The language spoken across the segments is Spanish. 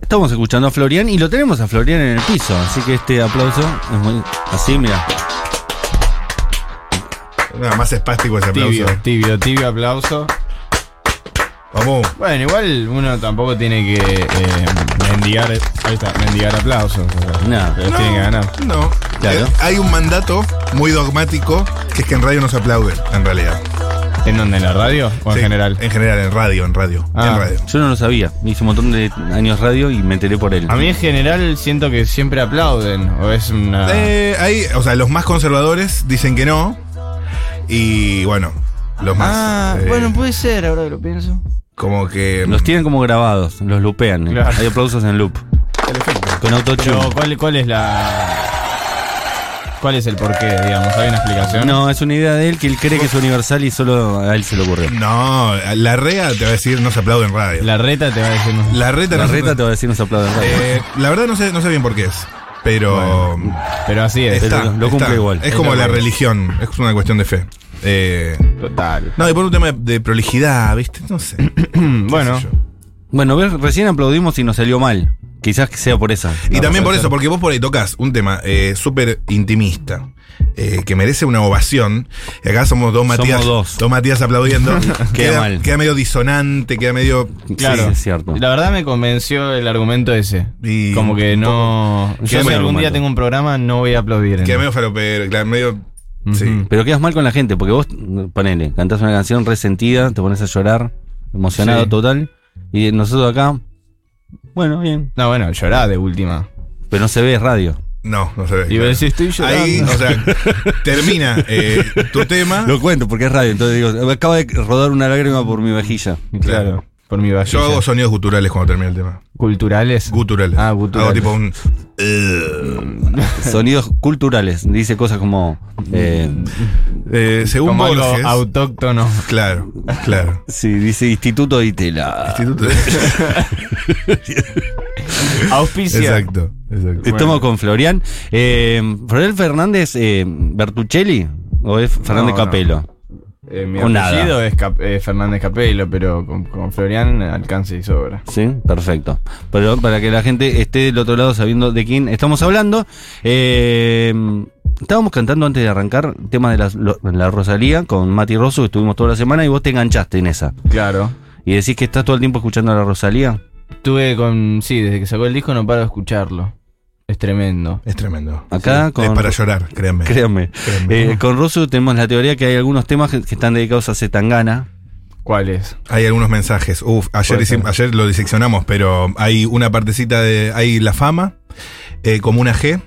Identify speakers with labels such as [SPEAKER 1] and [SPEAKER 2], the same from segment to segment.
[SPEAKER 1] estamos escuchando a Florian y lo tenemos a Florian en el piso. Así que este aplauso es muy. Así, mira.
[SPEAKER 2] Nada más espástico ese aplauso.
[SPEAKER 3] Tibio, tibio, tibio aplauso.
[SPEAKER 2] Vamos.
[SPEAKER 3] Bueno, igual uno tampoco tiene que eh, mendigar, ahí está, mendigar aplausos. o sea,
[SPEAKER 1] No.
[SPEAKER 3] Los tiene que ganar.
[SPEAKER 2] No.
[SPEAKER 1] Claro.
[SPEAKER 2] Eh, hay un mandato muy dogmático que es que en radio nos aplauden, en realidad.
[SPEAKER 3] ¿En dónde? ¿En la radio o en
[SPEAKER 2] Sí,
[SPEAKER 3] general?
[SPEAKER 2] En general, en radio, en radio.
[SPEAKER 3] Ah.
[SPEAKER 2] En radio.
[SPEAKER 1] Yo no lo sabía. Hice un montón de años radio y me enteré por él.
[SPEAKER 3] A mí en general siento que siempre aplauden, o es una...
[SPEAKER 2] Eh, hay, o sea, los más conservadores dicen que no. Y bueno, los más.
[SPEAKER 3] ah,
[SPEAKER 2] eh,
[SPEAKER 3] bueno, puede ser, ahora que lo pienso.
[SPEAKER 2] Como que.
[SPEAKER 1] Los tienen como grabados, los lupean. ¿eh?
[SPEAKER 3] Claro.
[SPEAKER 1] Hay aplausos en loop. Con autotune.
[SPEAKER 3] Pero, ¿cuál, ¿cuál es la...? ¿Cuál es el porqué, digamos? ¿Hay una explicación?
[SPEAKER 1] No, es una idea de él que él cree que es universal y solo a él se le ocurrió.
[SPEAKER 2] No, la REA te va a decir no se aplaude en radio. La,
[SPEAKER 3] La reta te va a decir... no.
[SPEAKER 2] reta
[SPEAKER 1] La
[SPEAKER 2] no se-
[SPEAKER 1] reta te va a decir nos aplauden.
[SPEAKER 2] eh, La verdad no sé, no sé bien por qué es. Pero.
[SPEAKER 3] Pero así es.
[SPEAKER 2] está,
[SPEAKER 1] pero Eh, lo
[SPEAKER 2] está.
[SPEAKER 1] cumple igual.
[SPEAKER 2] Es como
[SPEAKER 3] Está
[SPEAKER 2] la
[SPEAKER 3] bueno.
[SPEAKER 2] religión, es una cuestión de fe. Eh,
[SPEAKER 3] Total.
[SPEAKER 2] no, y por un tema de, de prolijidad, ¿viste? No sé.
[SPEAKER 3] bueno,
[SPEAKER 2] qué sé yo.
[SPEAKER 1] Bueno, ves, recién aplaudimos y nos salió mal. Quizás que sea por esa.
[SPEAKER 2] Y
[SPEAKER 3] No,
[SPEAKER 2] también por
[SPEAKER 3] puede
[SPEAKER 2] eso,
[SPEAKER 3] ser.
[SPEAKER 2] porque vos por ahí tocas un tema eh, súper intimista, eh, que merece una ovación. Y acá somos dos
[SPEAKER 1] Somos
[SPEAKER 2] Matías,
[SPEAKER 1] dos.
[SPEAKER 2] Matías aplaudiendo. queda,
[SPEAKER 1] mal.
[SPEAKER 2] queda medio disonante, queda medio.
[SPEAKER 3] claro.
[SPEAKER 1] es cierto.
[SPEAKER 3] La verdad me convenció el argumento ese.
[SPEAKER 2] Y
[SPEAKER 3] Como que no...
[SPEAKER 1] Es
[SPEAKER 3] Yo
[SPEAKER 1] un
[SPEAKER 3] si algún
[SPEAKER 1] argumento.
[SPEAKER 3] día tengo un programa no voy a aplaudir.
[SPEAKER 2] Queda
[SPEAKER 3] ¿no?
[SPEAKER 2] medio falopero, claro, medio. Sí.
[SPEAKER 1] Pero quedas mal con la gente, porque vos, ponele, cantás una canción resentida, te pones a llorar, emocionado
[SPEAKER 3] Sí.
[SPEAKER 1] total, y nosotros acá, bueno, bien,
[SPEAKER 3] No, bueno, llorá de última.
[SPEAKER 1] pero no se ve es radio.
[SPEAKER 2] No, no se ve.
[SPEAKER 3] Y
[SPEAKER 2] claro.
[SPEAKER 3] vos decís, estoy llorando.
[SPEAKER 2] Ahí, o sea, termina eh, tu tema.
[SPEAKER 1] Lo cuento porque es radio, entonces digo, acaba de rodar una lágrima por mi vajilla.
[SPEAKER 3] Claro, por mi vajilla.
[SPEAKER 2] Yo hago sonidos guturales cuando termina el tema.
[SPEAKER 3] ¿Culturales?
[SPEAKER 2] Guturales.
[SPEAKER 3] Ah, guturales.
[SPEAKER 2] Hago tipo un. eh,
[SPEAKER 1] Sonidos culturales, dice cosas como... eh,
[SPEAKER 2] Eh, según
[SPEAKER 3] Como algo
[SPEAKER 2] Borges.
[SPEAKER 3] autóctono.
[SPEAKER 2] Claro, claro.
[SPEAKER 1] sí, dice Instituto de Itela.
[SPEAKER 2] Instituto.
[SPEAKER 3] Auspicia.
[SPEAKER 2] exacto, exacto.
[SPEAKER 1] Estamos con Florian. Eh, Florian Fernández eh, Bertuccelli o es Fernández
[SPEAKER 3] No, no.
[SPEAKER 1] Capello.
[SPEAKER 3] Eh, mi
[SPEAKER 1] O nada.
[SPEAKER 3] apellido es Cap- eh, Fernández Capello, pero con, con Florian alcance y sobra.
[SPEAKER 1] Sí, perfecto. Pero para que la gente esté del otro lado sabiendo de quién estamos hablando, eh, estábamos cantando antes de arrancar temas de la, lo- la Rosalía con Mati Rosso, que estuvimos toda la semana y vos te enganchaste en esa.
[SPEAKER 3] Claro.
[SPEAKER 1] Y decís que estás todo el tiempo escuchando a la Rosalía.
[SPEAKER 3] Estuve con. Sí, desde que sacó el disco no paro de escucharlo. Es tremendo.
[SPEAKER 2] Es tremendo.
[SPEAKER 1] Acá con...
[SPEAKER 2] Es para llorar, créanme.
[SPEAKER 1] Créanme.
[SPEAKER 2] créanme.
[SPEAKER 1] Eh, con Rosso tenemos la teoría que hay algunos temas que, que están dedicados a Zetangana.
[SPEAKER 3] ¿Cuál es?
[SPEAKER 2] hay algunos mensajes. Uf, ayer,
[SPEAKER 3] puede
[SPEAKER 2] hicim-
[SPEAKER 3] ser.
[SPEAKER 2] ayer lo diseccionamos, pero hay una partecita de. Hay la fama, eh, como una G,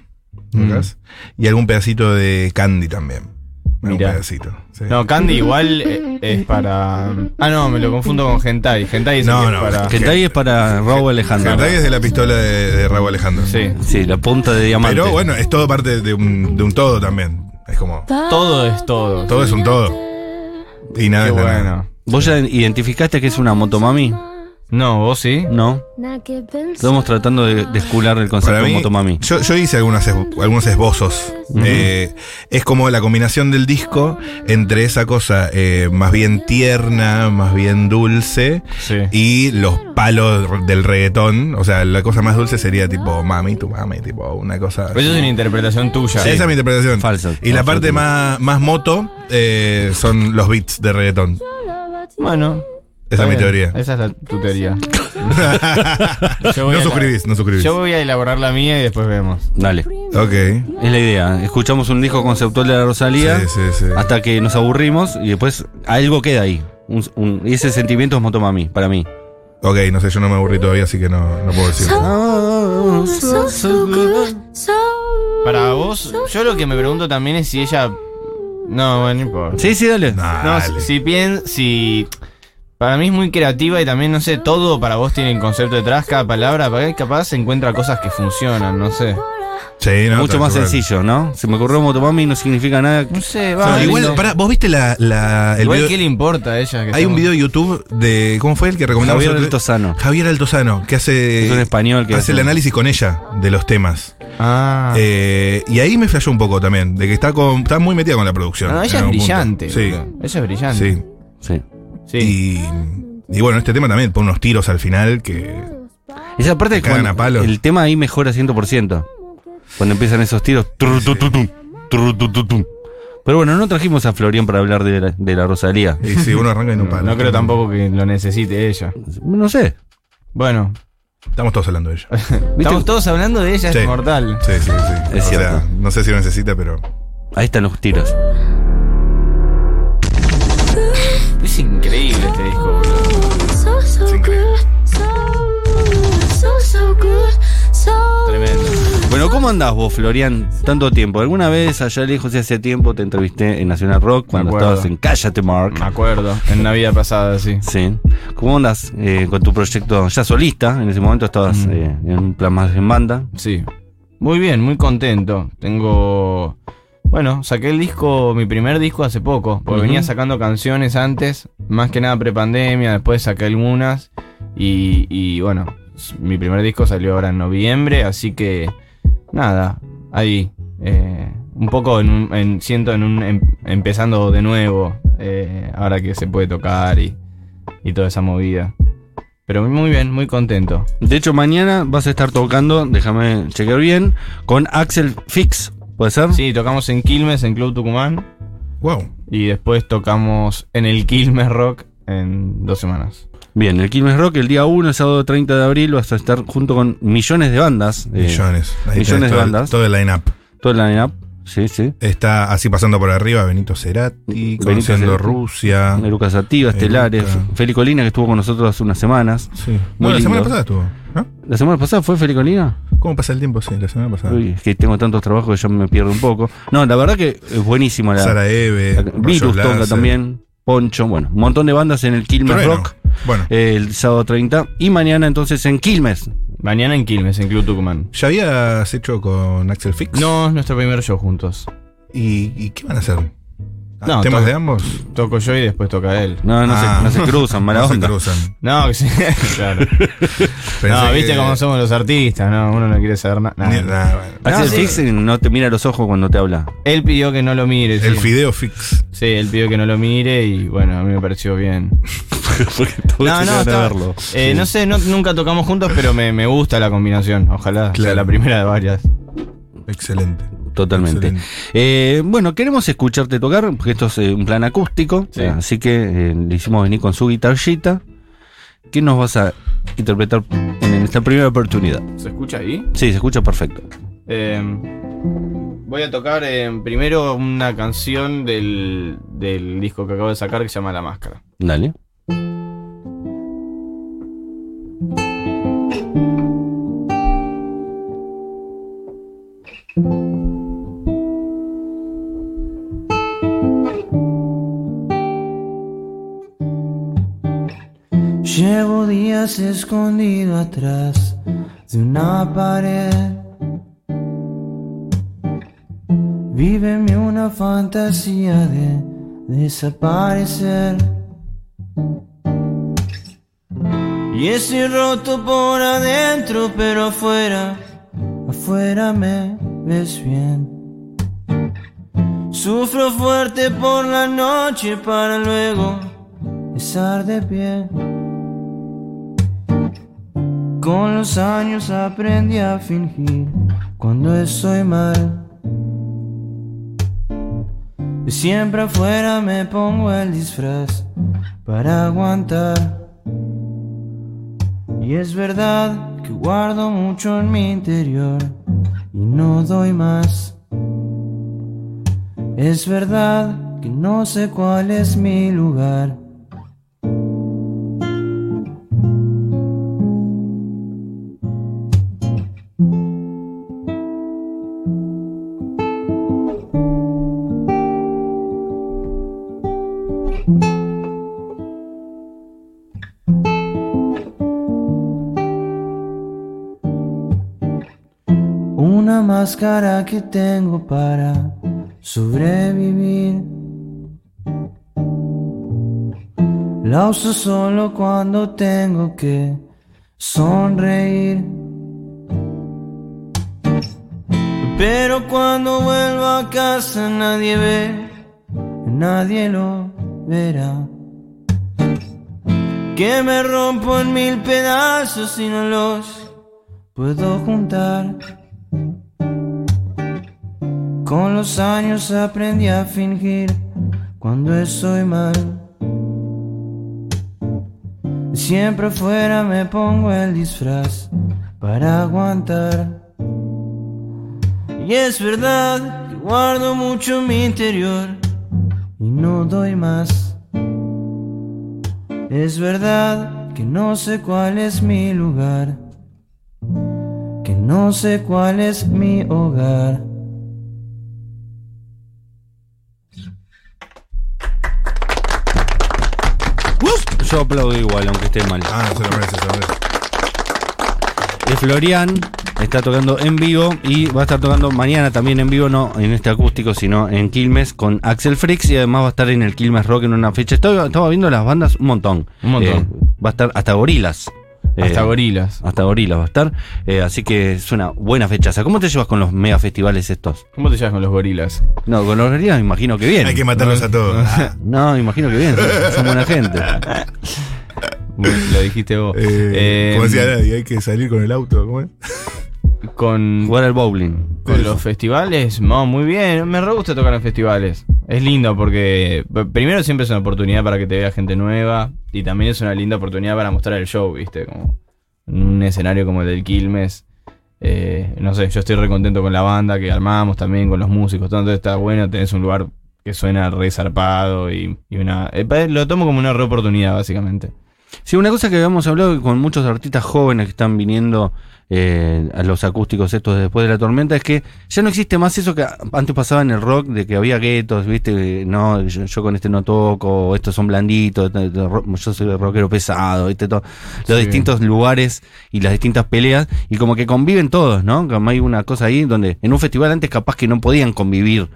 [SPEAKER 3] Mm.
[SPEAKER 2] ¿tocás? y algún pedacito de Candy también. Algún
[SPEAKER 3] Mirá.
[SPEAKER 2] pedacito. sí.
[SPEAKER 3] No, Candy igual eh, es para. Ah, no, me lo confundo con Hentai. Hentai es,
[SPEAKER 2] No,
[SPEAKER 3] el que
[SPEAKER 2] no,
[SPEAKER 3] es para.
[SPEAKER 2] Gen-
[SPEAKER 1] Hentai es para Raúl Alejandro.
[SPEAKER 2] Hentai es de la pistola de, de Raúl Alejandro.
[SPEAKER 3] Sí.
[SPEAKER 1] Sí, la punta de diamante.
[SPEAKER 2] Pero bueno, es todo parte de un, de un todo también. Es como.
[SPEAKER 3] Todo es todo.
[SPEAKER 2] Todo es un todo. Y nada
[SPEAKER 3] Qué
[SPEAKER 2] es de nada.
[SPEAKER 3] bueno.
[SPEAKER 1] ¿Vos ya identificaste que es una motomami?
[SPEAKER 3] No, vos sí.
[SPEAKER 1] No. Estamos tratando de, de escular el concepto
[SPEAKER 2] Para
[SPEAKER 1] de
[SPEAKER 2] mí,
[SPEAKER 1] motomami.
[SPEAKER 2] Yo, yo hice algunas es- algunos esbozos. Eh, es como la combinación del disco entre esa cosa eh, más bien tierna, más bien dulce,
[SPEAKER 3] Sí.
[SPEAKER 2] y los palos del reggaetón. O sea, la cosa más dulce sería tipo mami, tu mami, tipo una cosa.
[SPEAKER 3] Pero eso es una interpretación tuya.
[SPEAKER 2] Esa es mi interpretación.
[SPEAKER 1] Falso.
[SPEAKER 2] Y la
[SPEAKER 1] Falso,
[SPEAKER 2] parte
[SPEAKER 1] tío.
[SPEAKER 2] más, más moto eh, son los beats de reggaetón.
[SPEAKER 3] Bueno.
[SPEAKER 2] Esa
[SPEAKER 3] está
[SPEAKER 2] es mi
[SPEAKER 3] bien.
[SPEAKER 2] teoría.
[SPEAKER 3] Esa es la, tu teoría. Yo voy a
[SPEAKER 2] no
[SPEAKER 3] la-
[SPEAKER 2] suscribís, no suscribís.
[SPEAKER 3] Yo voy a elaborar la mía y después vemos.
[SPEAKER 1] Dale.
[SPEAKER 2] Ok.
[SPEAKER 1] Es la idea. Escuchamos un disco conceptual de la Rosalía
[SPEAKER 2] Sí, sí, sí.
[SPEAKER 1] hasta que nos aburrimos y después algo queda ahí. Un- un- y ese sentimiento es motomami, para mí.
[SPEAKER 2] Ok, no sé, yo no me aburrí todavía, así que no, no puedo decir.
[SPEAKER 3] Ah. Para vos, yo lo que me pregunto también es si ella. No, bueno, no importa.
[SPEAKER 1] Sí, sí, dale.
[SPEAKER 3] No, si- si piensas, si. Para mí es muy creativa y también, no sé, todo para vos tiene el concepto detrás, cada palabra, para que capaz se encuentra cosas que funcionan, no sé.
[SPEAKER 2] Sí, no,
[SPEAKER 1] Mucho
[SPEAKER 2] tal
[SPEAKER 1] más
[SPEAKER 2] cual.
[SPEAKER 1] sencillo, ¿no? Se me ocurrió motomami no significa nada.
[SPEAKER 3] No sé,
[SPEAKER 2] No,
[SPEAKER 3] va.
[SPEAKER 2] igual,
[SPEAKER 3] lindo.
[SPEAKER 2] pará, vos viste la, la- el
[SPEAKER 3] Igual,
[SPEAKER 2] video-
[SPEAKER 3] ¿qué le importa a ella? que
[SPEAKER 2] hay un
[SPEAKER 3] estamos-
[SPEAKER 2] video de YouTube de. ¿Cómo fue el que recomendamos?
[SPEAKER 1] Javier
[SPEAKER 2] el
[SPEAKER 1] del
[SPEAKER 2] otro día?
[SPEAKER 1] Tosano.
[SPEAKER 2] Javier Altozano, que hace.
[SPEAKER 1] Es un español que
[SPEAKER 2] Eh, hace el análisis con ella de los temas.
[SPEAKER 3] Ah,
[SPEAKER 2] Eh, y ahí me flashó un poco también, de que está, con, está muy metida con la producción.
[SPEAKER 3] no,
[SPEAKER 2] en
[SPEAKER 3] ella es
[SPEAKER 2] algún punto.
[SPEAKER 3] brillante.
[SPEAKER 2] Sí,
[SPEAKER 3] boludo. Ella es brillante.
[SPEAKER 2] sí.
[SPEAKER 1] Sí.
[SPEAKER 3] Sí.
[SPEAKER 2] Y, y bueno, este tema también pone unos tiros al final que.
[SPEAKER 1] Esa parte es
[SPEAKER 2] cagan
[SPEAKER 1] cuando
[SPEAKER 2] a palos.
[SPEAKER 1] el tema ahí mejora 100%. Cuando empiezan esos tiros. tru, tu, tu, tum, tru, tu, tu, tum. Pero bueno, no trajimos a Florian para hablar de la, de la Rosalía.
[SPEAKER 2] Y si uno arranca y no
[SPEAKER 3] No,
[SPEAKER 2] para.
[SPEAKER 3] no creo tampoco que lo necesite ella.
[SPEAKER 1] No sé.
[SPEAKER 3] Bueno,
[SPEAKER 2] Estamos todos hablando de ella.
[SPEAKER 3] estamos todos hablando de ella,
[SPEAKER 2] Sí.
[SPEAKER 3] es mortal.
[SPEAKER 2] Sí, sí, sí.
[SPEAKER 1] Es
[SPEAKER 2] o
[SPEAKER 1] cierto.
[SPEAKER 2] sea, no sé si lo necesita, pero.
[SPEAKER 1] Ahí están los tiros.
[SPEAKER 3] Es increíble este disco, boludo.
[SPEAKER 4] So, so good. So, so, so good. So,
[SPEAKER 3] Tremendo.
[SPEAKER 1] Bueno, ¿cómo andás vos, Florian? Tanto tiempo. ¿Alguna vez allá lejos y hace tiempo te entrevisté en Nacional Rock cuando
[SPEAKER 3] acuerdo.
[SPEAKER 1] estabas en Cállate Mark?
[SPEAKER 3] Me acuerdo, en una vida pasada, sí.
[SPEAKER 1] Sí. ¿Cómo andas eh, con tu proyecto ya solista? En ese momento estabas
[SPEAKER 3] Mm.
[SPEAKER 1] eh, en un plan más en banda.
[SPEAKER 3] Sí. Muy bien, muy contento. Tengo. Bueno, saqué el disco, mi primer disco hace poco, porque
[SPEAKER 1] Ujú.
[SPEAKER 3] venía sacando canciones antes, más que nada prepandemia, después saqué algunas. Y, y bueno, s- mi primer disco salió ahora en noviembre, así que. Nada, ahí. eh, un poco en un- en- siento en un em- empezando de nuevo, eh, ahora que se puede tocar y, y toda esa movida. Pero muy bien, muy contento.
[SPEAKER 1] De hecho, mañana vas a estar tocando, déjame chequear bien, con Axel Fix, ¿puede ser?
[SPEAKER 3] Sí, tocamos en Quilmes, en Club Tucumán.
[SPEAKER 2] ¡Wow!
[SPEAKER 3] Y después tocamos en el Quilmes Rock en dos semanas.
[SPEAKER 1] Bien, el Quilmes Rock el día 1, el sábado 30 de abril, vas a estar junto con millones de bandas. eh,
[SPEAKER 2] Millones. Ahí
[SPEAKER 1] millones
[SPEAKER 2] tenés
[SPEAKER 1] de
[SPEAKER 2] todo el-
[SPEAKER 1] bandas.
[SPEAKER 2] Todo el line-up.
[SPEAKER 1] Todo el line-up. Sí, sí.
[SPEAKER 2] Está así pasando por arriba Benito Cerati,
[SPEAKER 1] Benito
[SPEAKER 2] conociendo
[SPEAKER 1] Cerati.
[SPEAKER 2] Rusia.
[SPEAKER 1] Lucas Sativa,
[SPEAKER 2] Eruca.
[SPEAKER 1] Estelares, Feli Colina, que estuvo con nosotros hace unas semanas.
[SPEAKER 2] Sí. No, la
[SPEAKER 1] lindo.
[SPEAKER 2] semana pasada estuvo. ¿no?
[SPEAKER 1] ¿La semana pasada fue Feli Colina?
[SPEAKER 2] ¿Cómo pasa el tiempo? Sí, la semana pasada.
[SPEAKER 1] Uy, es que tengo tantos trabajos que ya me pierdo un poco. No, la verdad que es buenísima la,
[SPEAKER 2] Sara eh, Eve.
[SPEAKER 1] la-
[SPEAKER 2] Rayos
[SPEAKER 1] Virus toca
[SPEAKER 2] Láser,
[SPEAKER 1] también, Poncho, bueno, un montón de bandas en el Quilmes
[SPEAKER 2] Trueno.
[SPEAKER 1] Rock
[SPEAKER 2] Bueno,
[SPEAKER 1] eh, el sábado 30 y mañana entonces en Quilmes.
[SPEAKER 3] Mañana en Quilmes, en Club Tucumán.
[SPEAKER 2] ¿ya habías hecho con Axel Fix?
[SPEAKER 3] No, es nuestro primer show juntos.
[SPEAKER 2] ¿Y, y qué van a hacer?
[SPEAKER 3] No,
[SPEAKER 2] ¿Temas
[SPEAKER 3] todo-
[SPEAKER 2] de ambos?
[SPEAKER 3] Toco yo y después toca él.
[SPEAKER 1] No, no,
[SPEAKER 2] Ah.
[SPEAKER 1] se, no se cruzan, mala
[SPEAKER 2] no se
[SPEAKER 1] onda.
[SPEAKER 2] cruzan.
[SPEAKER 3] No, que sí, claro.
[SPEAKER 2] Pensé
[SPEAKER 3] no, viste
[SPEAKER 2] que-
[SPEAKER 3] cómo somos los artistas, ¿no? Uno no quiere saber na-
[SPEAKER 2] Ni-
[SPEAKER 3] nada.
[SPEAKER 2] nah, bueno.
[SPEAKER 1] Axel
[SPEAKER 3] No, sí.
[SPEAKER 1] Fix eh, no te mira a los ojos cuando te habla.
[SPEAKER 3] Él pidió que no lo mire.
[SPEAKER 2] El
[SPEAKER 3] sí.
[SPEAKER 2] Fideo Fix.
[SPEAKER 3] Sí, él pidió que no lo mire y bueno, a mí me pareció bien. No, no, está- eh, no sé, no- nunca tocamos juntos, pero me, me gusta la combinación. Ojalá sea
[SPEAKER 2] Claro.
[SPEAKER 3] la primera de varias.
[SPEAKER 2] Excelente.
[SPEAKER 1] Totalmente.
[SPEAKER 2] Excelente.
[SPEAKER 1] Eh, bueno, queremos escucharte tocar, porque esto es eh, un plan acústico.
[SPEAKER 3] Sí.
[SPEAKER 1] Así que eh, le hicimos venir con su guitarrita. ¿Qué nos vas a interpretar en esta primera oportunidad?
[SPEAKER 3] ¿Se escucha ahí?
[SPEAKER 1] Sí, se escucha perfecto.
[SPEAKER 3] Eh, voy a tocar eh, primero una canción del, del disco que acabo de sacar que se llama La Máscara.
[SPEAKER 1] Dale.
[SPEAKER 5] Llevo días escondido atrás de una pared. Víveme una fantasía de desaparecer. Y estoy roto por adentro, pero afuera, afuera me ves bien. Sufro fuerte por la noche para luego estar de pie. Con los años aprendí a fingir cuando estoy mal. Y siempre afuera me pongo el disfraz para aguantar. Y es verdad que guardo mucho en mi interior y no doy más. Es verdad que no sé cuál es mi lugar. Una máscara que tengo para sobrevivir. La uso solo cuando tengo que sonreír. Pero cuando vuelvo a casa nadie ve, nadie lo verá. Que me rompo en mil pedazos y no los puedo juntar. Con los años aprendí a fingir cuando estoy mal. Siempre afuera me pongo el disfraz para aguantar. Y es verdad que guardo mucho mi interior y no doy más. Es verdad que no sé cuál es mi lugar, que no sé cuál es mi hogar.
[SPEAKER 1] Yo aplaudo igual, aunque esté mal.
[SPEAKER 2] Ah, se lo merece, se lo merece.
[SPEAKER 1] Y Florian está tocando en vivo y va a estar tocando mañana también en vivo, no en este acústico, sino en Quilmes con Axel Frix y además va a estar en el Quilmes Rock en una fecha. Estaba, estaba viendo las bandas un montón.
[SPEAKER 3] Un montón.
[SPEAKER 1] Eh, va a estar hasta Gorilas. Eh,
[SPEAKER 3] Hasta gorilas.
[SPEAKER 1] Hasta Gorilas va a estar. Eh, así que es una buena fechaza. ¿Cómo te llevas con los mega festivales estos?
[SPEAKER 3] ¿Cómo te llevas con los gorilas?
[SPEAKER 1] No, con los Gorilas me imagino que bien. Eh,
[SPEAKER 2] Hay que matarlos a todos. Ah,
[SPEAKER 1] No, me imagino que bien. Son, son buena gente.
[SPEAKER 3] Lo dijiste vos.
[SPEAKER 2] eh,
[SPEAKER 3] Eh,
[SPEAKER 2] como decía nadie, hay que salir con el auto. ¿cómo es?
[SPEAKER 3] con,
[SPEAKER 1] Jugar al bowling.
[SPEAKER 3] con los festivales, no, muy bien. Me re gusta tocar en festivales. Es lindo porque p- primero siempre es una oportunidad para que te vea gente nueva y también es una linda oportunidad para mostrar el show, ¿viste? Como en un escenario como el del Quilmes. Eh, no sé, yo estoy re contento con la banda que armamos también, con los músicos, todo, entonces está bueno, tenés un lugar que suena re zarpado y, y una... eh, pa- lo tomo como una re oportunidad, básicamente.
[SPEAKER 1] Sí, una cosa que habíamos hablado con muchos artistas jóvenes que están viniendo eh, a los acústicos estos de después de la tormenta es que ya no existe más eso que antes pasaba en el rock de que había guetos, viste, no, yo, yo con este no toco, estos son blanditos, t- t- ro- yo soy rockero pesado, viste, todo. los
[SPEAKER 3] Sí.
[SPEAKER 1] distintos lugares y las distintas peleas y como que conviven todos, ¿no? Como hay una cosa ahí donde en un festival antes capaz que no podían convivir,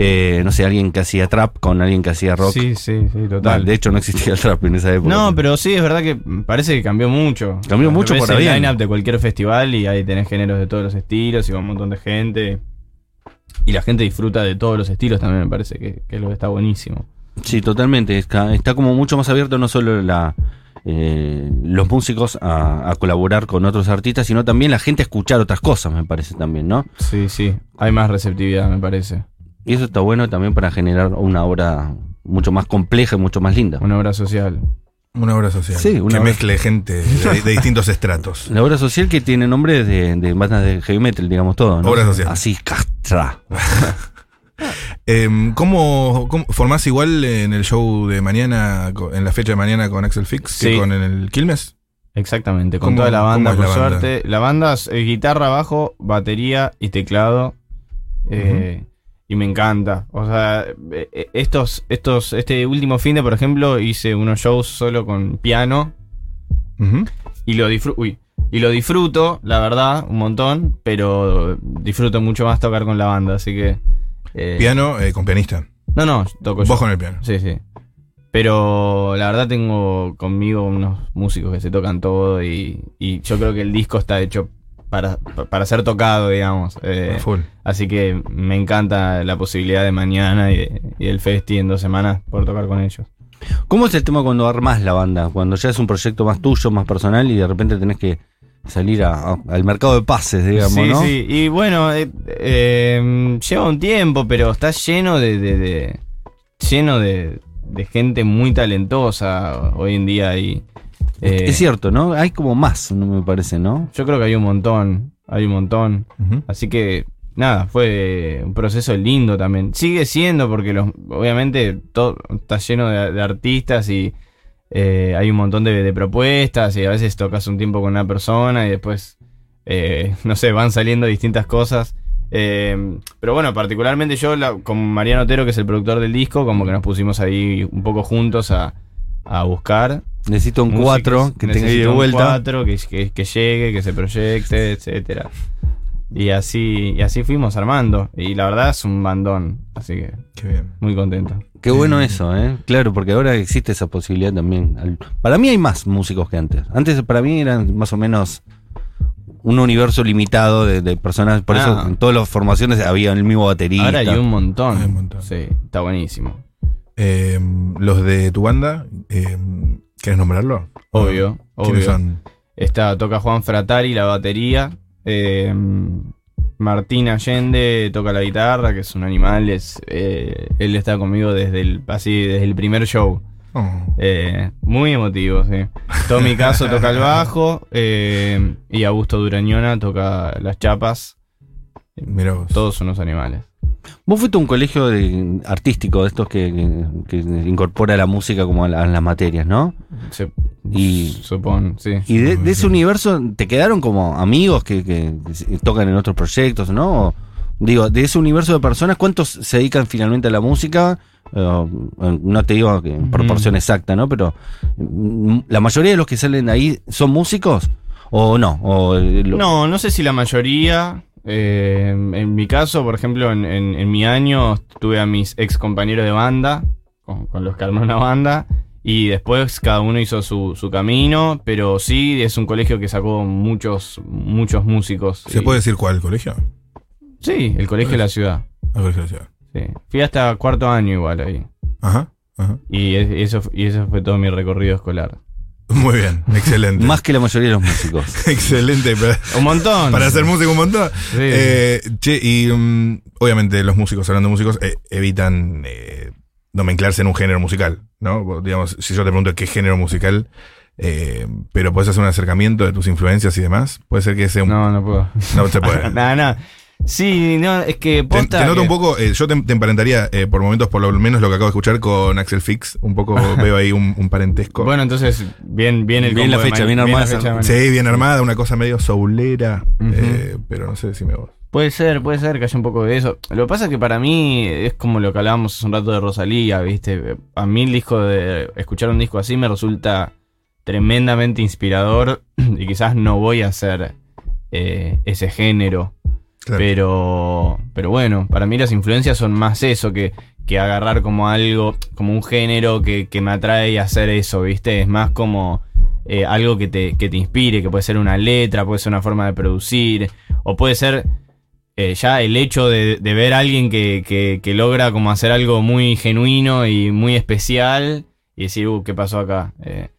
[SPEAKER 1] eh, no sé, alguien que hacía trap con alguien que hacía rock.
[SPEAKER 3] Sí, sí, sí,
[SPEAKER 1] Bueno, de hecho no existía el trap en esa época.
[SPEAKER 3] No, pero sí, es verdad que parece que cambió mucho.
[SPEAKER 1] Cambió mucho
[SPEAKER 3] Ves
[SPEAKER 1] para
[SPEAKER 3] el
[SPEAKER 1] bien.
[SPEAKER 3] line-up de cualquier festival y ahí tenés géneros de todos los estilos y con un montón de gente. Y la gente disfruta de todos los estilos también, me parece que, que lo está buenísimo.
[SPEAKER 1] Sí, totalmente. Está, está como mucho más abierto no solo la, eh, los músicos a, a colaborar con otros artistas, sino también la gente a escuchar otras cosas, me parece también, ¿no?
[SPEAKER 3] Sí, sí, hay más receptividad, me parece.
[SPEAKER 1] Y eso está bueno también para generar una obra mucho más compleja y mucho más linda.
[SPEAKER 3] Una obra social.
[SPEAKER 2] Una obra social.
[SPEAKER 1] Sí, una
[SPEAKER 2] que
[SPEAKER 1] obra-
[SPEAKER 2] mezcle gente de, de distintos estratos.
[SPEAKER 1] La obra social que tiene nombre de, de bandas de heavy metal, digamos todo, ¿no?
[SPEAKER 2] Obra social.
[SPEAKER 1] Así, castra.
[SPEAKER 2] Em, ¿cómo, cómo- formás igual en el show de mañana, co- en la fecha de mañana con Axel Fix que
[SPEAKER 3] Sí.
[SPEAKER 2] con el Quilmes?
[SPEAKER 3] Exactamente, con
[SPEAKER 2] ¿Cómo-
[SPEAKER 3] toda la
[SPEAKER 2] cómo
[SPEAKER 3] banda,
[SPEAKER 2] es
[SPEAKER 3] por
[SPEAKER 2] la banda?
[SPEAKER 3] suerte. La banda es eh, guitarra, bajo, batería y teclado. Eh, Y me encanta. O sea, eh, eh, estos, estos, este último fin de, por ejemplo, hice unos shows solo con piano
[SPEAKER 2] Ujú.
[SPEAKER 3] y lo disfruto. Uy. Y lo disfruto, la verdad, un montón, pero disfruto mucho más tocar con la banda, así que. eh,
[SPEAKER 2] Piano eh, con pianista.
[SPEAKER 3] No, no, toco yo.
[SPEAKER 2] Vos con el piano.
[SPEAKER 3] Sí, sí. Pero la verdad tengo conmigo unos músicos que se tocan todo y, y yo creo que el disco está hecho para, para ser tocado, digamos. Eh,
[SPEAKER 2] A full.
[SPEAKER 3] así que me encanta la posibilidad de mañana y, de- y el festi en dos semanas por tocar con ellos.
[SPEAKER 1] ¿Cómo es el tema cuando armás la banda? Cuando ya es un proyecto más tuyo, más personal y de repente tenés que salir a- a- al mercado de pases, digamos,
[SPEAKER 3] sí,
[SPEAKER 1] ¿no?
[SPEAKER 3] sí. Y bueno, eh, eh, lleva un tiempo, pero está lleno de. de- de- lleno de, de gente muy talentosa hoy en día y. eh,
[SPEAKER 1] Es cierto, ¿no? Hay como más, no me parece, ¿no?
[SPEAKER 3] Yo creo que hay un montón, hay un montón.
[SPEAKER 2] Ujú.
[SPEAKER 3] Así que, nada, fue un proceso lindo también. Sigue siendo porque los, obviamente todo está lleno de, de artistas y eh, hay un montón de, de propuestas y a veces tocas un tiempo con una persona y después, eh, no sé, van saliendo distintas cosas. Eh, pero bueno, particularmente yo la- con Mariano Otero, que es el productor del disco, como que nos pusimos ahí un poco juntos a, a buscar
[SPEAKER 1] Necesito un
[SPEAKER 3] músicos,
[SPEAKER 1] 4 que tenga
[SPEAKER 3] necesito
[SPEAKER 1] de
[SPEAKER 3] un
[SPEAKER 1] vuelta.
[SPEAKER 3] cuatro, que, que- que llegue, que se proyecte, etcétera. Y así, y así fuimos armando. Y la verdad es un bandón. Así que
[SPEAKER 2] Qué bien.
[SPEAKER 3] muy contento.
[SPEAKER 1] Qué bueno eso, ¿eh? Claro, porque ahora existe esa posibilidad también. Al- Para mí hay más músicos que antes. Antes para mí eran más o menos un universo limitado de, de personas. Por eso
[SPEAKER 3] Ah.
[SPEAKER 1] en todas las formaciones había el mismo baterista.
[SPEAKER 3] Ahora hay un montón.
[SPEAKER 2] Hay un montón.
[SPEAKER 3] Sí, está buenísimo.
[SPEAKER 2] Em, los de tu banda, em, ¿querés nombrarlo?
[SPEAKER 3] Obvio,
[SPEAKER 2] ¿Quiénes
[SPEAKER 3] obvio.
[SPEAKER 2] son?
[SPEAKER 3] Está, toca Juan Fratari la batería. Eh, Martín Allende toca la guitarra, que es un animal. Es, eh, él está conmigo desde el, así, desde el primer show.
[SPEAKER 2] Oh.
[SPEAKER 3] Eh, muy emotivo, sí. Tommy Caso toca el bajo. eh, y Augusto Durañona toca las chapas.
[SPEAKER 2] Mirá vos.
[SPEAKER 3] Eh, Todos son unos animales.
[SPEAKER 1] Vos fuiste a un colegio de- artístico de estos que, que- que incorpora la música como a, la- a las materias, ¿no?
[SPEAKER 3] Se-
[SPEAKER 1] Y-
[SPEAKER 3] Supón, sí.
[SPEAKER 1] Y de, de ese universo te quedaron como amigos que, que se- tocan en otros proyectos, ¿no? O, digo, de ese universo de personas, ¿cuántos se dedican finalmente a la música? Eh, o, eh, no te digo que en proporción exacta, ¿no? Pero mm, la mayoría de los que salen de ahí son músicos o no. O, eh, lo-
[SPEAKER 3] No, no sé si la mayoría. eh, en mi caso, por ejemplo, en, en- en mi año tuve a mis ex compañeros de banda, con, con los que armé una banda, y después cada uno hizo su, su camino, pero sí es un colegio que sacó muchos, muchos músicos.
[SPEAKER 2] ¿Se
[SPEAKER 3] Y-
[SPEAKER 2] puede decir cuál colegio?
[SPEAKER 3] Sí, el colegio de la ciudad.
[SPEAKER 2] Ah, colegio de la ciudad.
[SPEAKER 3] sí. Fui hasta cuarto año igual ahí.
[SPEAKER 2] Ajá, ajá.
[SPEAKER 3] Y e- eso, y eso fue todo mi recorrido escolar.
[SPEAKER 2] Muy bien, excelente.
[SPEAKER 1] Más que la mayoría de los músicos.
[SPEAKER 2] excelente para,
[SPEAKER 3] Un montón.
[SPEAKER 2] para hacer música un montón.
[SPEAKER 3] Sí.
[SPEAKER 2] Eh, che, y mm, obviamente los músicos, hablando de músicos, eh, evitan eh, nomenclarse en un género musical, ¿no? Vos, Digamos, si yo te pregunto qué género musical, eh, pero puedes hacer un acercamiento de tus influencias y demás, puede ser que sea un...
[SPEAKER 3] No, no puedo.
[SPEAKER 2] no se puede.
[SPEAKER 3] Nada, nada. Sí, no, es que
[SPEAKER 2] Te,
[SPEAKER 3] posta
[SPEAKER 2] te noto
[SPEAKER 3] que-
[SPEAKER 2] un poco, eh, yo te, te emparentaría eh, por momentos, por lo menos lo que acabo de escuchar con Axel Fix. Un poco veo ahí un, un parentesco.
[SPEAKER 3] Bueno, entonces, bien, bien el
[SPEAKER 1] Bien
[SPEAKER 3] combo
[SPEAKER 1] la
[SPEAKER 3] de
[SPEAKER 1] fecha,
[SPEAKER 3] Mani-
[SPEAKER 1] bien
[SPEAKER 3] la
[SPEAKER 1] armada
[SPEAKER 3] fecha
[SPEAKER 1] esa-
[SPEAKER 3] de Mani-
[SPEAKER 2] sí, bien armada, una cosa medio soulera.
[SPEAKER 3] Ujú.
[SPEAKER 2] eh, pero no sé, decime vos.
[SPEAKER 3] Puede ser, puede ser que haya un poco de eso. Lo que pasa es que para mí es como lo que hablábamos hace un rato de Rosalía, ¿viste? A mí el disco de. Escuchar un disco así me resulta tremendamente inspirador y quizás no voy a hacer eh, ese género.
[SPEAKER 2] Claro.
[SPEAKER 3] Pero, pero bueno, para mí las influencias son más eso que, que agarrar como algo, como un género que, que me atrae y hacer eso, ¿viste? Es más como eh, algo que te, que te inspire, que puede ser una letra, puede ser una forma de producir, o puede ser eh, ya el hecho de, de ver a alguien que, que- que logra como hacer algo muy genuino y muy especial y decir, uh, ¿qué pasó acá? Eh,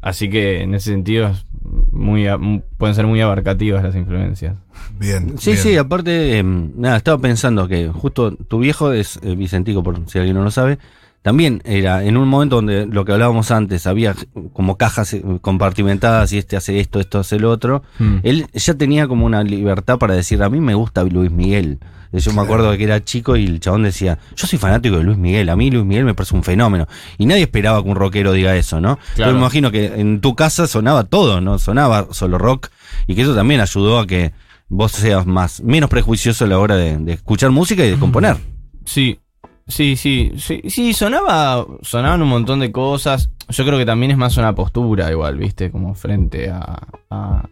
[SPEAKER 3] así que en ese sentido es muy, a- pueden ser muy abarcativas las influencias.
[SPEAKER 2] Bien.
[SPEAKER 1] Sí,
[SPEAKER 2] bien.
[SPEAKER 1] sí, aparte, em, nada, estaba pensando que justo tu viejo es eh, Vicentico, por si alguien no lo sabe. También era en un momento donde lo que hablábamos antes, había como cajas eh, compartimentadas y este hace esto, esto hace lo otro. Él ya tenía como una libertad para decir, a mí me gusta Luis Miguel. Yo me acuerdo que era chico y el chabón decía, yo soy fanático de Luis Miguel, a mí Luis Miguel me parece un fenómeno. Y nadie esperaba que un rockero diga eso, ¿no?
[SPEAKER 3] Claro.
[SPEAKER 1] Yo me imagino que en tu casa sonaba todo, ¿no? Sonaba solo rock y que eso también ayudó a que vos seas más, menos prejuicioso a la hora de, de escuchar música y de componer.
[SPEAKER 3] Sí, sí, sí, sí, sí, sonaba, sonaban un montón de cosas. Yo creo que también es más una postura igual, viste, como frente a, a-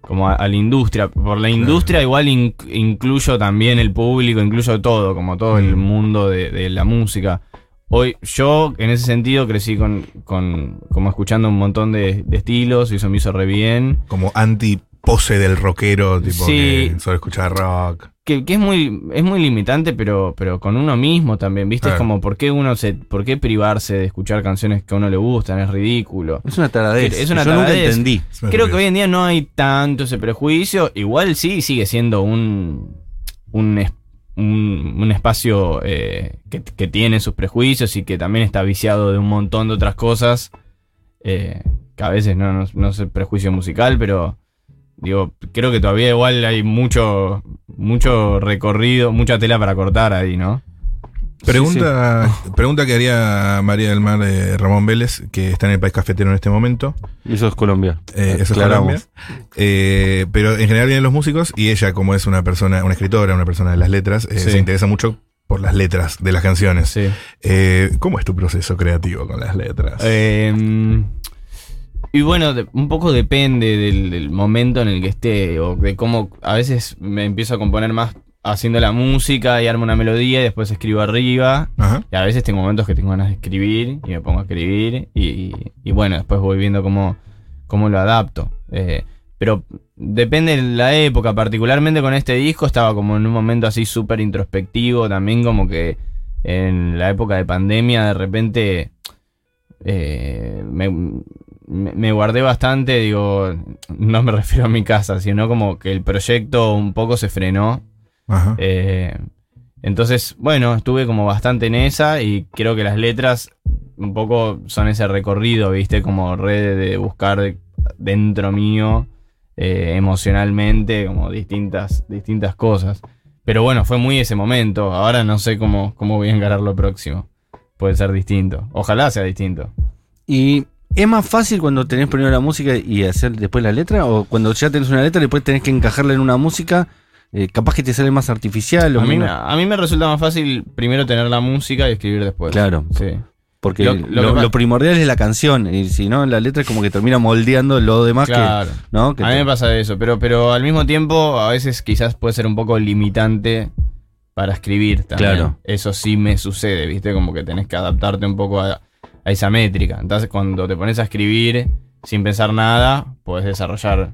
[SPEAKER 3] como a, a la industria. Por la industria igual in- incluyo también el público, incluyo todo, como todo el mundo de, de la música. Hoy, yo en ese sentido crecí con, con- como escuchando un montón de, de estilos y eso me hizo re bien.
[SPEAKER 2] Como anti-pose del rockero, tipo
[SPEAKER 3] Sí.
[SPEAKER 2] que solo escuchaba rock.
[SPEAKER 3] que, que es muy es muy limitante pero pero con uno mismo también viste
[SPEAKER 2] Claro.
[SPEAKER 3] es como por qué uno se por qué privarse de escuchar canciones que a uno le gustan es ridículo
[SPEAKER 1] Es una taradez.
[SPEAKER 3] Es una
[SPEAKER 1] que yo
[SPEAKER 3] taradez.
[SPEAKER 1] nunca entendí.
[SPEAKER 3] creo que hoy en día no hay tanto ese prejuicio igual sí sigue siendo un un, es- un, un espacio eh, que, que tiene sus prejuicios y que también está viciado de un montón de otras cosas eh, que a veces no, no, no es el prejuicio musical pero Digo, creo que todavía igual hay mucho, mucho recorrido, mucha tela para cortar ahí, ¿no?
[SPEAKER 2] Pregunta, pregunta que haría María del Mar eh, Ramón Vélez, que está en el país cafetero en este momento.
[SPEAKER 1] Y eso es Colombia.
[SPEAKER 3] Ah,
[SPEAKER 2] Eh, eso es
[SPEAKER 1] Aclaramos.
[SPEAKER 2] Colombia. Eh, pero en general vienen los músicos y ella, como es una persona, una escritora, una persona de las letras, eh,
[SPEAKER 3] Sí.
[SPEAKER 2] se interesa mucho por las letras de las canciones.
[SPEAKER 3] Sí.
[SPEAKER 2] Eh, ¿Cómo es tu proceso creativo con las letras?
[SPEAKER 3] Eh, y bueno, de- un poco depende del, del momento en el que esté, o de cómo a veces me empiezo a componer más haciendo la música y armo una melodía y después escribo arriba.
[SPEAKER 2] Ajá.
[SPEAKER 3] Y a veces tengo momentos que tengo ganas de escribir y me pongo a escribir y, y- y bueno, después voy viendo cómo, cómo lo adapto. Eh, pero depende de la época, particularmente con este disco estaba como en un momento así súper introspectivo, también como que en la época de pandemia de repente eh, me, me, me guardé bastante, digo, no me refiero a mi casa, sino como que el proyecto un poco se frenó.
[SPEAKER 2] Ajá.
[SPEAKER 3] Eh, entonces, bueno, estuve como bastante en esa y creo que las letras un poco son ese recorrido, viste, como red de buscar dentro mío eh, emocionalmente, como distintas, distintas cosas. Pero bueno, fue muy ese momento. Ahora no sé cómo, cómo voy a encarar lo próximo. Puede ser distinto. Ojalá sea distinto.
[SPEAKER 1] ¿Y es más fácil cuando tenés primero la música y hacer después la letra? ¿O cuando ya tenés una letra y después tenés que encajarla en una música? eh, capaz que te sale más artificial o
[SPEAKER 3] A mí,
[SPEAKER 1] menos.
[SPEAKER 3] a mí me resulta más fácil primero tener la música y escribir después.
[SPEAKER 1] Claro.
[SPEAKER 3] Sí.
[SPEAKER 1] Porque
[SPEAKER 3] Lo-
[SPEAKER 1] lo,
[SPEAKER 3] lo que pasa-
[SPEAKER 1] lo primordial es la canción, y si no, la letra es como que termina moldeando lo demás
[SPEAKER 3] Claro.
[SPEAKER 1] que. ¿no? Que
[SPEAKER 3] a mí
[SPEAKER 1] te-
[SPEAKER 3] me pasa eso, pero, pero al mismo tiempo a veces quizás puede ser un poco limitante para escribir también.
[SPEAKER 1] Claro.
[SPEAKER 3] Eso sí me sucede, ¿viste? Como que tenés que adaptarte un poco a, a esa métrica. Entonces cuando te pones a escribir sin pensar nada, puedes desarrollar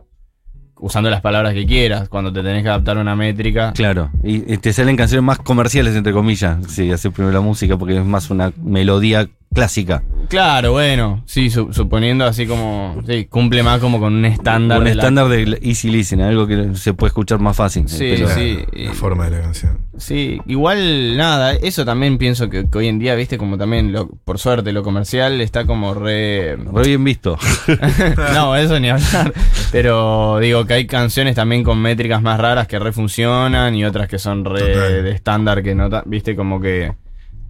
[SPEAKER 3] usando las palabras que quieras. Cuando te tenés que adaptar a una métrica,
[SPEAKER 1] Claro. Y, y te salen canciones más comerciales, entre comillas, si haces primero la música, porque es más una melodía clásica.
[SPEAKER 3] Claro, bueno, sí, su- suponiendo así como, sí, cumple más como con un estándar.
[SPEAKER 1] Un
[SPEAKER 3] de la-
[SPEAKER 1] estándar de easy listening, algo que se puede escuchar más fácil.
[SPEAKER 3] Sí,
[SPEAKER 1] Pero-
[SPEAKER 2] La-
[SPEAKER 3] sí,
[SPEAKER 2] La
[SPEAKER 3] y-
[SPEAKER 2] forma de la canción.
[SPEAKER 3] Sí, igual nada, eso también pienso que, que hoy en día, viste, como también, lo, por suerte, lo comercial está como re...
[SPEAKER 1] Re bien visto.
[SPEAKER 3] no, eso ni hablar, pero digo que hay canciones también con métricas más raras que re funcionan y otras que son re
[SPEAKER 2] Total.
[SPEAKER 3] de estándar que no, ta- viste, como que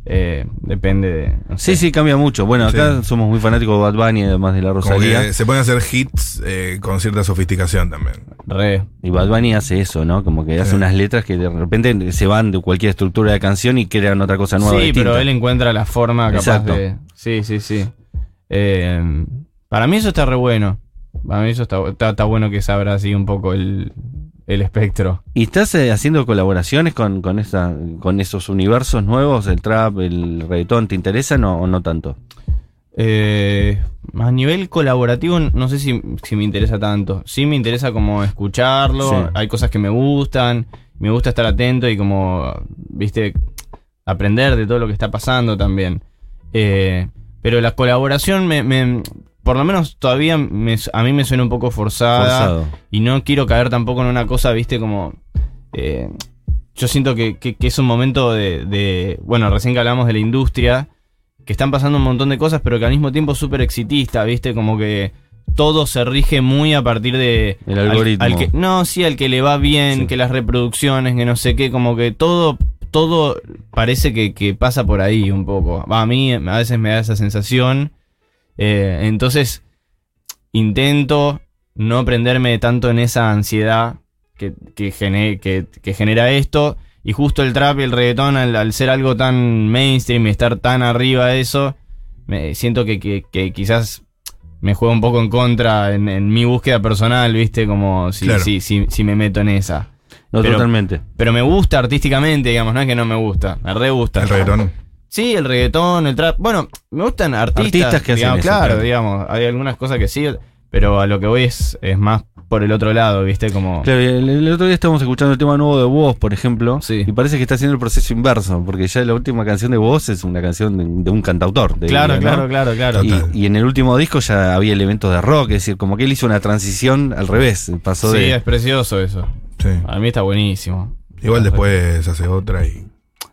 [SPEAKER 3] eh, depende de... no sé.
[SPEAKER 1] Sí, sí, cambia mucho. Bueno, acá
[SPEAKER 2] Sí.
[SPEAKER 1] somos muy fanáticos de Bad Bunny, además de la
[SPEAKER 2] Como
[SPEAKER 1] Rosalía.
[SPEAKER 2] que se pueden hacer hits eh, con cierta sofisticación también.
[SPEAKER 3] Re.
[SPEAKER 1] Y Bad Bunny hace eso, ¿no? Como que hace
[SPEAKER 2] Sí.
[SPEAKER 1] unas letras que de repente se van de cualquier estructura de canción y crean otra cosa nueva.
[SPEAKER 3] sí,
[SPEAKER 1] distinta.
[SPEAKER 3] pero él encuentra la forma capaz
[SPEAKER 1] Exacto.
[SPEAKER 3] de. Sí, sí, sí. Eh, para mí eso está re bueno. Para mí eso está, está, está bueno que se abra así un poco el, el espectro.
[SPEAKER 1] ¿Y estás eh, haciendo colaboraciones con, con, esa, con esos universos nuevos, el trap, el reggaetón? ¿Te interesan o, o no tanto?
[SPEAKER 3] Eh, a nivel colaborativo, no sé si, si me interesa tanto. Sí me interesa como escucharlo,
[SPEAKER 1] Sí.
[SPEAKER 3] hay cosas que me gustan, me gusta estar atento y como, viste, aprender de todo lo que está pasando también. Eh, pero la colaboración, me, me- por lo menos todavía me- a mí me suena un poco
[SPEAKER 2] Ah,
[SPEAKER 3] forzada.
[SPEAKER 1] Forzado.
[SPEAKER 3] Y no quiero caer tampoco en una cosa, viste, como. eh, yo siento que, que- que es un momento de, de- Bueno, recién que hablamos de la industria, que están pasando un montón de cosas, pero que al mismo tiempo es súper exitista, viste, como que todo se rige muy a partir de.
[SPEAKER 1] El
[SPEAKER 3] al-
[SPEAKER 1] algoritmo.
[SPEAKER 3] al que- no, sí, al que le va bien,
[SPEAKER 1] Sí.
[SPEAKER 3] que las reproducciones, que no sé qué, como que todo. Todo parece que, que pasa por ahí un poco. Va, A mí a veces me da esa sensación. Eh, entonces, intento no prenderme tanto en esa ansiedad que, que, gene- que- que genera esto. Y justo el trap y el reggaetón, al, al ser algo tan mainstream y estar tan arriba de eso, me siento que, que- que quizás me juega un poco en contra en, en mi búsqueda personal, ¿viste? Como si,
[SPEAKER 2] Claro.
[SPEAKER 3] si- si- si me meto en esa.
[SPEAKER 1] No,
[SPEAKER 3] Pero-
[SPEAKER 1] totalmente.
[SPEAKER 3] Pero me gusta artísticamente, digamos, no es que no me gusta, me re gusta.
[SPEAKER 2] El reggaetón.
[SPEAKER 3] Sí, el reggaetón, el trap. Bueno, me gustan artistas.
[SPEAKER 1] Artistas que hacen
[SPEAKER 3] digamos,
[SPEAKER 1] eso,
[SPEAKER 3] Claro,
[SPEAKER 1] claro.
[SPEAKER 3] digamos. Hay algunas cosas que sí, pero a lo que voy es, es más por el otro lado, ¿viste?
[SPEAKER 2] Oh.
[SPEAKER 3] Como.
[SPEAKER 1] Claro, el, el otro día estábamos escuchando el tema nuevo de Vos, por ejemplo,
[SPEAKER 3] Sí.
[SPEAKER 1] y parece que está haciendo el proceso inverso, porque ya la última canción de Vos es una canción de, de un cantautor. de-
[SPEAKER 3] Claro,
[SPEAKER 1] ¿no?
[SPEAKER 3] claro, claro, claro.
[SPEAKER 1] Y,
[SPEAKER 2] Total.
[SPEAKER 1] y en el último disco ya había elementos de rock, es decir, como que él hizo una transición al revés, pasó
[SPEAKER 3] sí,
[SPEAKER 1] de...
[SPEAKER 3] es precioso eso.
[SPEAKER 2] Sí.
[SPEAKER 1] Ah,
[SPEAKER 3] A mí está buenísimo.
[SPEAKER 2] Igual después hace otra y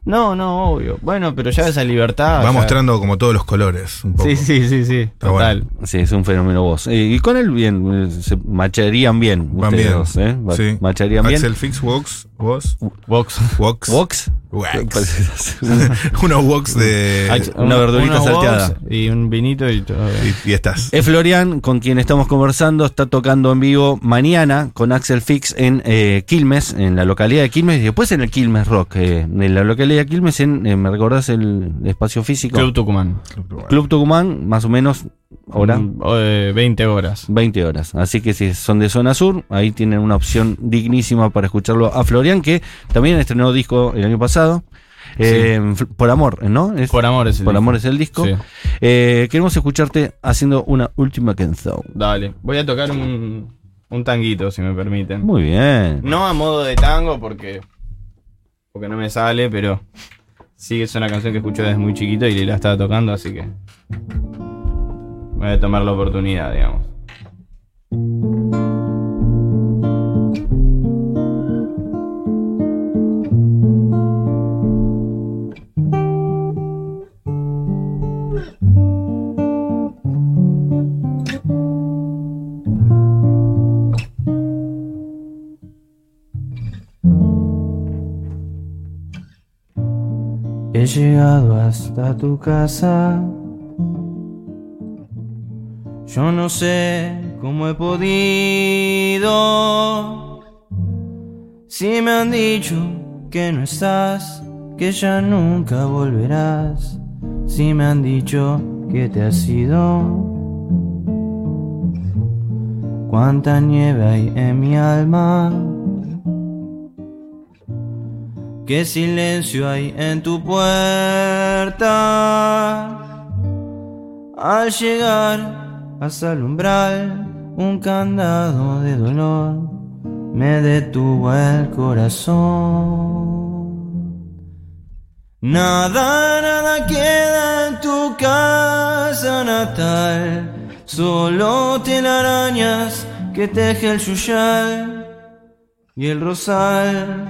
[SPEAKER 3] No, no, obvio. Bueno, pero ya esa
[SPEAKER 1] Ah,
[SPEAKER 3] libertad.
[SPEAKER 2] va
[SPEAKER 3] ya-
[SPEAKER 2] mostrando como todos los colores. Un poco.
[SPEAKER 3] Sí, sí, sí, sí. Total.
[SPEAKER 1] Sí, es un fenómeno vos. Eh, y con él bien, eh, se macharían bien.
[SPEAKER 2] Van
[SPEAKER 1] ustedes
[SPEAKER 2] bien.
[SPEAKER 1] dos, ¿eh? Va-
[SPEAKER 2] Sí.
[SPEAKER 1] Macharían bien.
[SPEAKER 2] Axel Fix Walks. Walks.
[SPEAKER 3] Vox.
[SPEAKER 1] Vox.
[SPEAKER 2] Walks. Wax. Unos walks de.
[SPEAKER 1] Eh, una verdurita
[SPEAKER 3] unos Vox
[SPEAKER 1] salteada.
[SPEAKER 3] Y un vinito y todo.
[SPEAKER 2] Y, y estás.
[SPEAKER 1] Es Florian, con quien estamos conversando, está tocando en vivo mañana con Axel Fix en eh, Quilmes, en la localidad de Quilmes, y después en el Quilmes Rock. eh, en la localidad de Quilmes, en, eh, ¿me recordás el espacio físico?
[SPEAKER 3] Club Tucumán.
[SPEAKER 1] Club Tucumán, más o menos, ahora.
[SPEAKER 3] Mm, eh, 20 horas.
[SPEAKER 1] 20 horas. Así que si son de zona sur, ahí tienen una opción dignísima para escucharlo a Florian, que también estrenó disco el año pasado. Eh, Fl- por amor, ¿no? Es-
[SPEAKER 3] Por amor es el
[SPEAKER 1] Por
[SPEAKER 3] disco.
[SPEAKER 1] amor es el disco.
[SPEAKER 3] Sí.
[SPEAKER 1] Eh, queremos escucharte haciendo una última canción.
[SPEAKER 3] Dale, voy a tocar un, un tanguito, si me permiten.
[SPEAKER 1] Muy bien.
[SPEAKER 3] No a modo de tango porque, porque no me sale, pero sí es una canción que escucho desde muy chiquito y la estaba tocando, así que... Voy a tomar la oportunidad, digamos.
[SPEAKER 5] He llegado hasta tu casa. Yo no sé cómo he podido. Si me han dicho que no estás, que ya nunca volverás. Si me han dicho que te has ido. Cuánta nieve hay en mi alma. Qué silencio hay en tu puerta. Al llegar hasta el umbral, un candado de dolor me detuvo el corazón. Nada, nada queda en tu casa natal, solo telarañas que teje el yuyal y el rosal.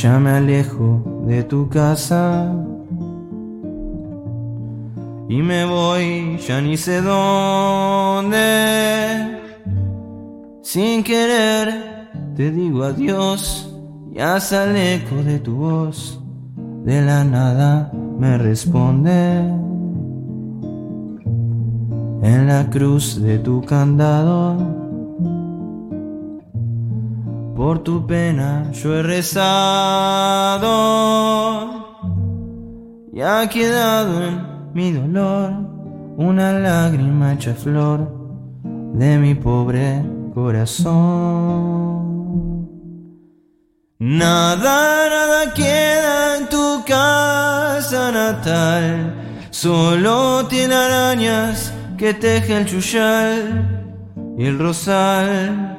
[SPEAKER 5] Ya me alejo de tu casa y me voy, ya ni sé dónde. Sin querer te digo adiós y hasta el eco de tu voz de la nada me responde. En la cruz de tu candado por tu pena yo he rezado y ha quedado en mi dolor una lágrima hecha flor de mi pobre corazón. Nada, nada queda en tu casa natal, solo tiene arañas que teje el chuyal y el rosal.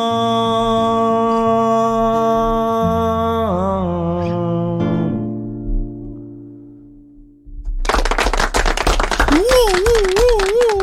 [SPEAKER 5] amor.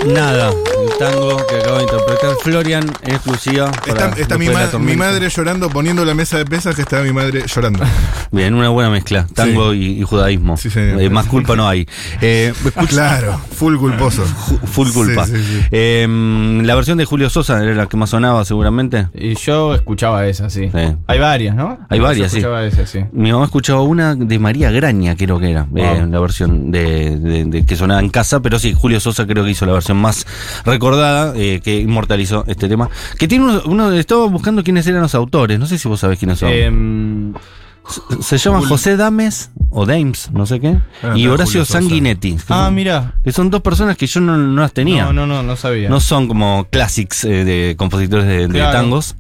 [SPEAKER 1] Nada. Un tango que acaba de interpretar Florian en exclusiva.
[SPEAKER 2] Está,
[SPEAKER 1] para
[SPEAKER 2] está
[SPEAKER 1] Después
[SPEAKER 2] mi,
[SPEAKER 1] de la
[SPEAKER 2] ma- mi
[SPEAKER 1] Tormenta.
[SPEAKER 2] madre llorando, poniendo la mesa de pesas que estaba mi madre llorando.
[SPEAKER 1] Bien, una buena mezcla. Tango y, y judaísmo.
[SPEAKER 2] Sí, señor.
[SPEAKER 1] Eh, más culpa no hay. Eh, escucha-
[SPEAKER 2] claro, full culposo.
[SPEAKER 1] Full culpa.
[SPEAKER 2] Sí, sí, sí.
[SPEAKER 1] Eh, la versión de Julio Sosa era la que más sonaba seguramente.
[SPEAKER 3] Y yo escuchaba esa, sí.
[SPEAKER 1] Sí.
[SPEAKER 3] Hay varias, ¿no?
[SPEAKER 1] Hay
[SPEAKER 3] Yo
[SPEAKER 1] varias, sí.
[SPEAKER 3] Escuchaba esa, sí.
[SPEAKER 1] Mi mamá escuchaba una de María Graña, creo que era, eh, la versión de, de- de- que sonaba en casa, pero sí, Julio Sosa creo que hizo la versión más recordada, eh, que inmortalizó este tema. Que tiene uno, uno- estaba buscando quiénes eran los autores, no sé si vos sabés quiénes son.
[SPEAKER 2] Eh,
[SPEAKER 3] Em,
[SPEAKER 1] Se- Se llaman José Dames o Dames, no sé qué,
[SPEAKER 2] Ah,
[SPEAKER 1] y
[SPEAKER 2] no,
[SPEAKER 1] Horacio
[SPEAKER 2] Julio Sosa.
[SPEAKER 1] Sanguinetti. Que,
[SPEAKER 3] ah,
[SPEAKER 1] son-
[SPEAKER 3] mira.
[SPEAKER 1] que son dos personas que yo no, no las tenía.
[SPEAKER 3] No, no, no, no sabía.
[SPEAKER 1] No son como classics eh, de compositores de, de
[SPEAKER 3] Claro.
[SPEAKER 1] tangos.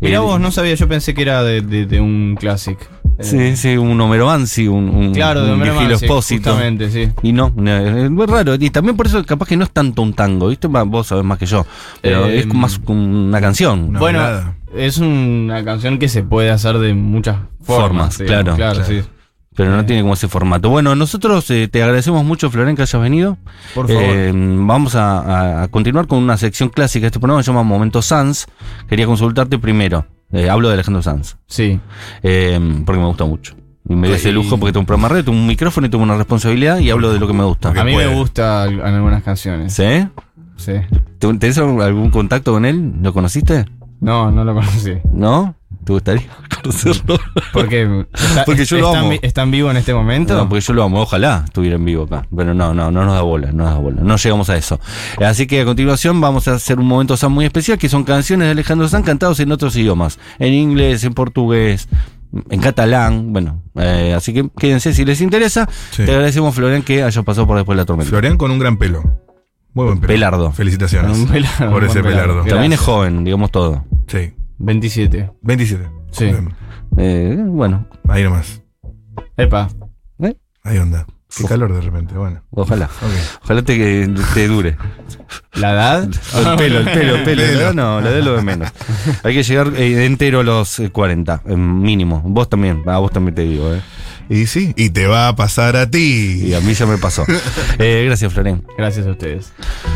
[SPEAKER 3] Mirá
[SPEAKER 1] Eh,
[SPEAKER 3] vos, no sabía, yo pensé que era de, de- de un clásico.
[SPEAKER 1] Sí, sí, un Homero Mansi, un, un,
[SPEAKER 3] Claro, de
[SPEAKER 1] un
[SPEAKER 3] Homero
[SPEAKER 1] Virgilio
[SPEAKER 3] Mansi,
[SPEAKER 1] Espósito.
[SPEAKER 3] justamente, sí.
[SPEAKER 1] Y no, no, es muy raro. Y también por eso capaz que no es tanto un tango, ¿viste? Va, Vos sabés más que yo. Pero
[SPEAKER 3] Eh,
[SPEAKER 1] es más como una canción.
[SPEAKER 2] Una
[SPEAKER 3] bueno,
[SPEAKER 2] balada.
[SPEAKER 3] es una canción que se puede hacer de muchas formas.
[SPEAKER 1] Formas, claro,
[SPEAKER 3] claro, sí.
[SPEAKER 1] Pero
[SPEAKER 3] Eh.
[SPEAKER 1] no tiene como ese formato. Bueno, nosotros eh, te agradecemos mucho, Florén, que hayas venido.
[SPEAKER 3] Por favor.
[SPEAKER 1] Eh, vamos a, a- a continuar con una sección clásica de este programa, se llama Momento Sans. Quería consultarte primero. Eh, hablo de Alejandro Sanz,
[SPEAKER 3] Sí.
[SPEAKER 1] eh, porque me gusta mucho. Y me dio ese lujo porque tengo un programa de radio, tengo un micrófono y tengo una responsabilidad y hablo de lo que me gusta.
[SPEAKER 2] Ok.
[SPEAKER 3] A mí
[SPEAKER 2] puede.
[SPEAKER 3] me gusta al- en algunas canciones.
[SPEAKER 1] ¿Sí?
[SPEAKER 3] Sí.
[SPEAKER 1] ¿Te- ¿Tenés algún algún contacto con él? ¿Lo conociste?
[SPEAKER 3] No, no lo conocí.
[SPEAKER 1] ¿No? ¿Te gustaría conocerlo?
[SPEAKER 3] Porque, está-
[SPEAKER 1] Porque yo lo
[SPEAKER 3] está en
[SPEAKER 1] amo.
[SPEAKER 3] vi- ¿Está en vivo en este momento?
[SPEAKER 1] No, porque yo lo amo, ojalá estuviera en vivo acá. Pero no, no, no nos da bola, no nos da bola. No llegamos a eso. Así que a continuación vamos a hacer un momento San muy especial, que son canciones de Alejandro San cantados en otros idiomas. En inglés, en portugués, en catalán, bueno. eh, así que quédense si les interesa.
[SPEAKER 2] Sí.
[SPEAKER 1] Te agradecemos, Florian, que hayas pasado por después de la tormenta.
[SPEAKER 2] Florian con un gran pelo. Muy buen pelo.
[SPEAKER 1] Pelardo.
[SPEAKER 2] Felicitaciones.
[SPEAKER 3] Un pelardo,
[SPEAKER 2] Por
[SPEAKER 3] un
[SPEAKER 2] ese
[SPEAKER 3] buen
[SPEAKER 2] pelardo.
[SPEAKER 3] pelardo.
[SPEAKER 1] También es
[SPEAKER 3] Gracias.
[SPEAKER 1] joven, digamos todo.
[SPEAKER 2] Sí.
[SPEAKER 3] 27.
[SPEAKER 2] 27.
[SPEAKER 3] Sí.
[SPEAKER 2] Bien.
[SPEAKER 1] Eh, bueno,
[SPEAKER 2] Ahí nomás.
[SPEAKER 3] Epa.
[SPEAKER 2] Ahí onda. Qué calor de repente. Bueno.
[SPEAKER 1] ojalá.
[SPEAKER 2] Ok.
[SPEAKER 1] Ojalá te, te dure.
[SPEAKER 3] ¿La edad?
[SPEAKER 1] El pelo, el pelo, el pelo.
[SPEAKER 2] Pelo.
[SPEAKER 1] Lo de- No, lo de lo de menos. Hay que llegar eh, entero a los eh, 40, eh, mínimo. Vos también, a vos también te digo, ¿eh?
[SPEAKER 2] Y sí. Y te va a pasar a ti.
[SPEAKER 1] Y a mí ya me pasó. Eh, gracias, Florín.
[SPEAKER 3] Gracias a ustedes.